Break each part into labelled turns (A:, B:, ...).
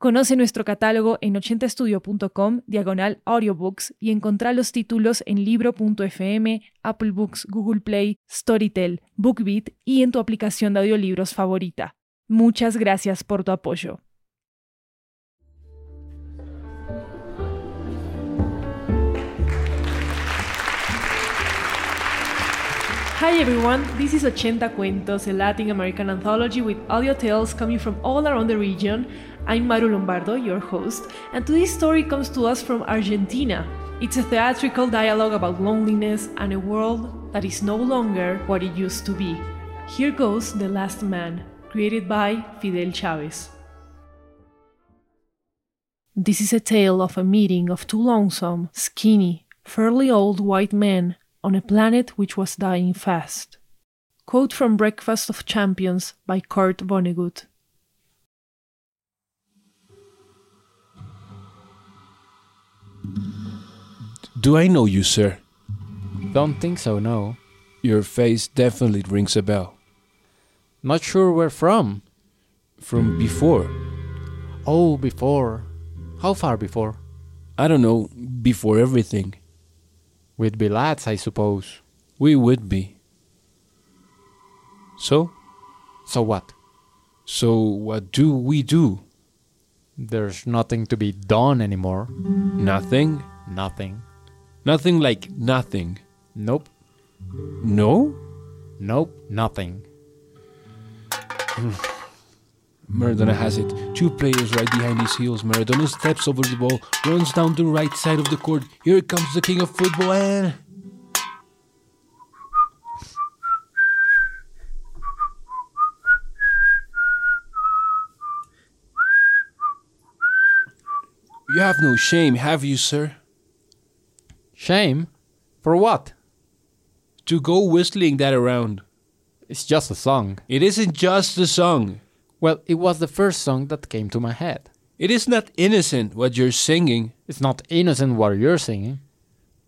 A: Conoce nuestro catálogo en 80estudio.com, diagonal audiobooks, y encontrá los títulos en libro.fm, Apple Books, Google Play, Storytel, BookBeat y en tu aplicación de audiolibros favorita. Muchas gracias por tu apoyo. Hi everyone, this is Ochenta Cuentos, a Latin American anthology with audio tales coming from all around the region. I'm Maru Lombardo, your host, and today's story comes to us from Argentina. It's a theatrical dialogue about loneliness and a world that is no longer what it used to be. Here goes The Last Man, created by Fidel Chavez. This is a tale of a meeting of two lonesome, skinny, fairly old white men on a planet which was dying fast. Quote from Breakfast of Champions by Kurt Vonnegut.
B: Do I know you, sir?
C: Don't think so, no.
B: Your face definitely rings a bell.
C: Not sure where from.
B: From before.
C: Oh, before. How far before?
B: I don't know, before everything.
C: We'd be lads, I suppose.
B: We would be. So?
C: So what?
B: So what do we do?
C: There's nothing to be done anymore.
B: Nothing?
C: Nothing.
B: Nothing like nothing.
C: Nope.
B: No?
C: Nope. Nothing.
B: Maradona has it. Two players right behind his heels. Maradona steps over the ball, runs down the right side of the court. Here comes the king of football and. You have no shame, have you, sir?
C: Shame? For what?
B: To go whistling that around.
C: It's just a song.
B: It isn't just a song.
C: Well, it was the first song that came to my head.
B: It is not innocent what you're singing.
C: It's not innocent what you're singing.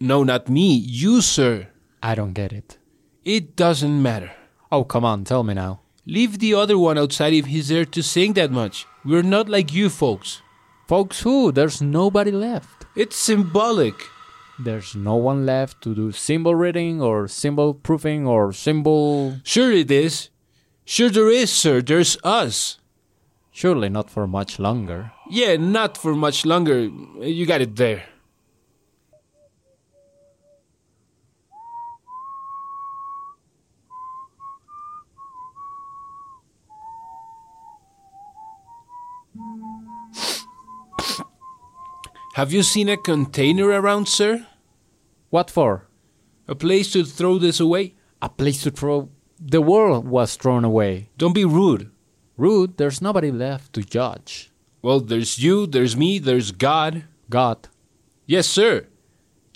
B: No, not me, you, sir.
C: I don't get it.
B: It doesn't matter.
C: Oh, come on, tell me now.
B: Leave the other one outside if he's there to sing that much. We're not like you folks.
C: Folks, who? There's nobody left.
B: It's symbolic.
C: There's no one left to do symbol reading or symbol proofing or symbol.
B: Sure it is. Sure there is, sir. There's us.
C: Surely not for much longer.
B: Yeah, not for much longer. You got it there. Have you seen a container around, sir?
C: What for?
B: A place to throw this away?
C: A place to throw. The world was thrown away.
B: Don't be rude.
C: Rude, there's nobody left to judge.
B: Well, there's you, there's me, there's God.
C: God.
B: Yes, sir.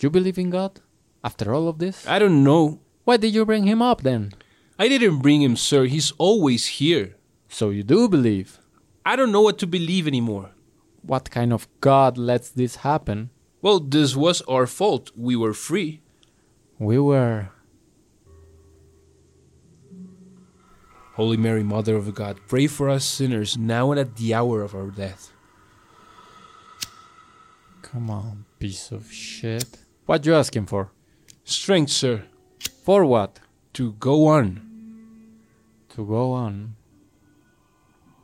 C: You believe in God? After all of this?
B: I don't know.
C: Why did you bring him up then?
B: I didn't bring him, sir. He's always here.
C: So you do believe.
B: I don't know what to believe anymore.
C: What kind of God lets this happen?
B: Well, this was our fault. We were free.
C: We were.
B: Holy Mary, Mother of God, pray for us sinners now and at the hour of our death.
C: Come on, piece of shit. What you asking for?
B: Strength, sir,
C: For what?
B: to go on.
C: To go on.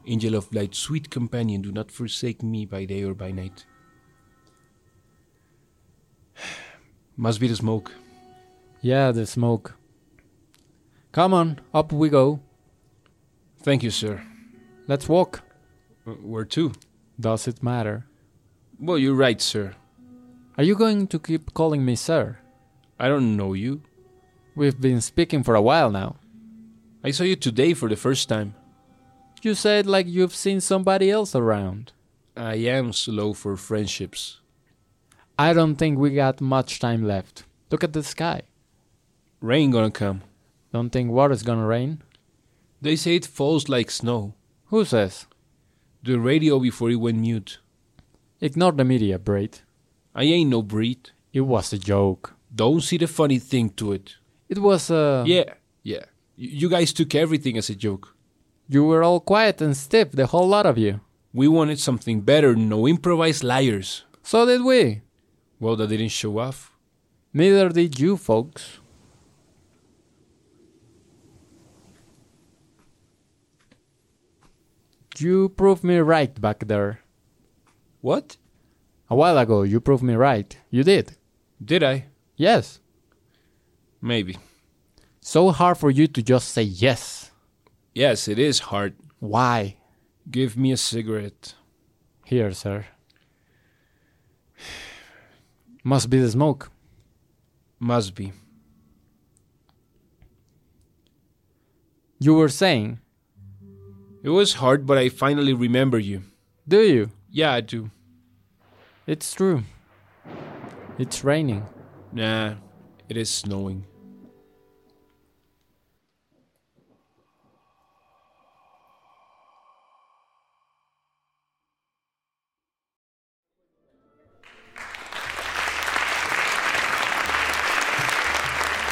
B: Angel of light, sweet companion, do not forsake me by day or by night. Must be the smoke.
C: Yeah, the smoke. Come on, up we go.
B: Thank you, sir.
C: Let's walk.
B: Uh, Where to?
C: Does it matter?
B: Well, you're right, sir.
C: Are you going to keep calling me sir?
B: I don't know you.
C: We've been speaking for a while now.
B: I saw you today for the first time.
C: You said like you've seen somebody else around.
B: I am slow for friendships.
C: I don't think we got much time left. Look at the sky.
B: Rain gonna come.
C: Don't think water's gonna rain.
B: They say it falls like snow.
C: Who says?
B: The radio before it went mute.
C: Ignore the media, Braid.
B: I ain't no breed.
C: It was a joke.
B: Don't see the funny thing to it.
C: It was uh, a.
B: yeah, yeah. Y- you guys took everything as a joke.
C: You were all quiet and stiff, the whole lot of you.
B: We wanted something better, no improvised liars.
C: So did we.
B: Well, that didn't show off.
C: Neither did you, folks. You proved me right back there.
B: What?
C: A while ago, you proved me right. You did.
B: Did I?
C: Yes.
B: Maybe.
C: So hard for you to just say yes.
B: Yes, it is hard.
C: Why?
B: Give me a cigarette.
C: Here, sir. Must be the smoke.
B: Must be.
C: You were saying,
B: It was hard, but I finally remember you.
C: do you?
B: Yeah, I do.
C: It's true. It's raining.
B: Nah, it is snowing.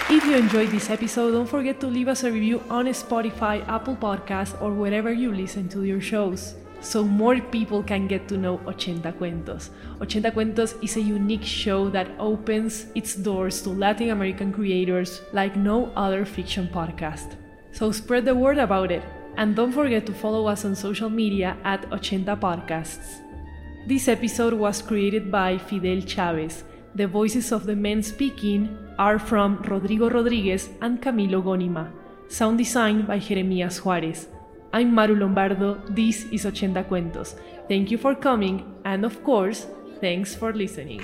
A: If you enjoyed this episode, don't forget to leave us a review on Spotify, Apple Podcasts, or wherever you listen to your shows, so more people can get to know 80 Cuentos. 80 Cuentos is a unique show that opens its doors to Latin American creators like no other fiction podcast. So spread the word about it, and don't forget to follow us on social media at 80 Podcasts. This episode was created by Fidel Chavez. The voices of the men speaking are from Rodrigo Rodriguez and Camilo Gónima. Sound design by Jeremias Juarez. I'm Maru Lombardo. This is 80 Cuentos. Thank you for coming, and of course, thanks for listening.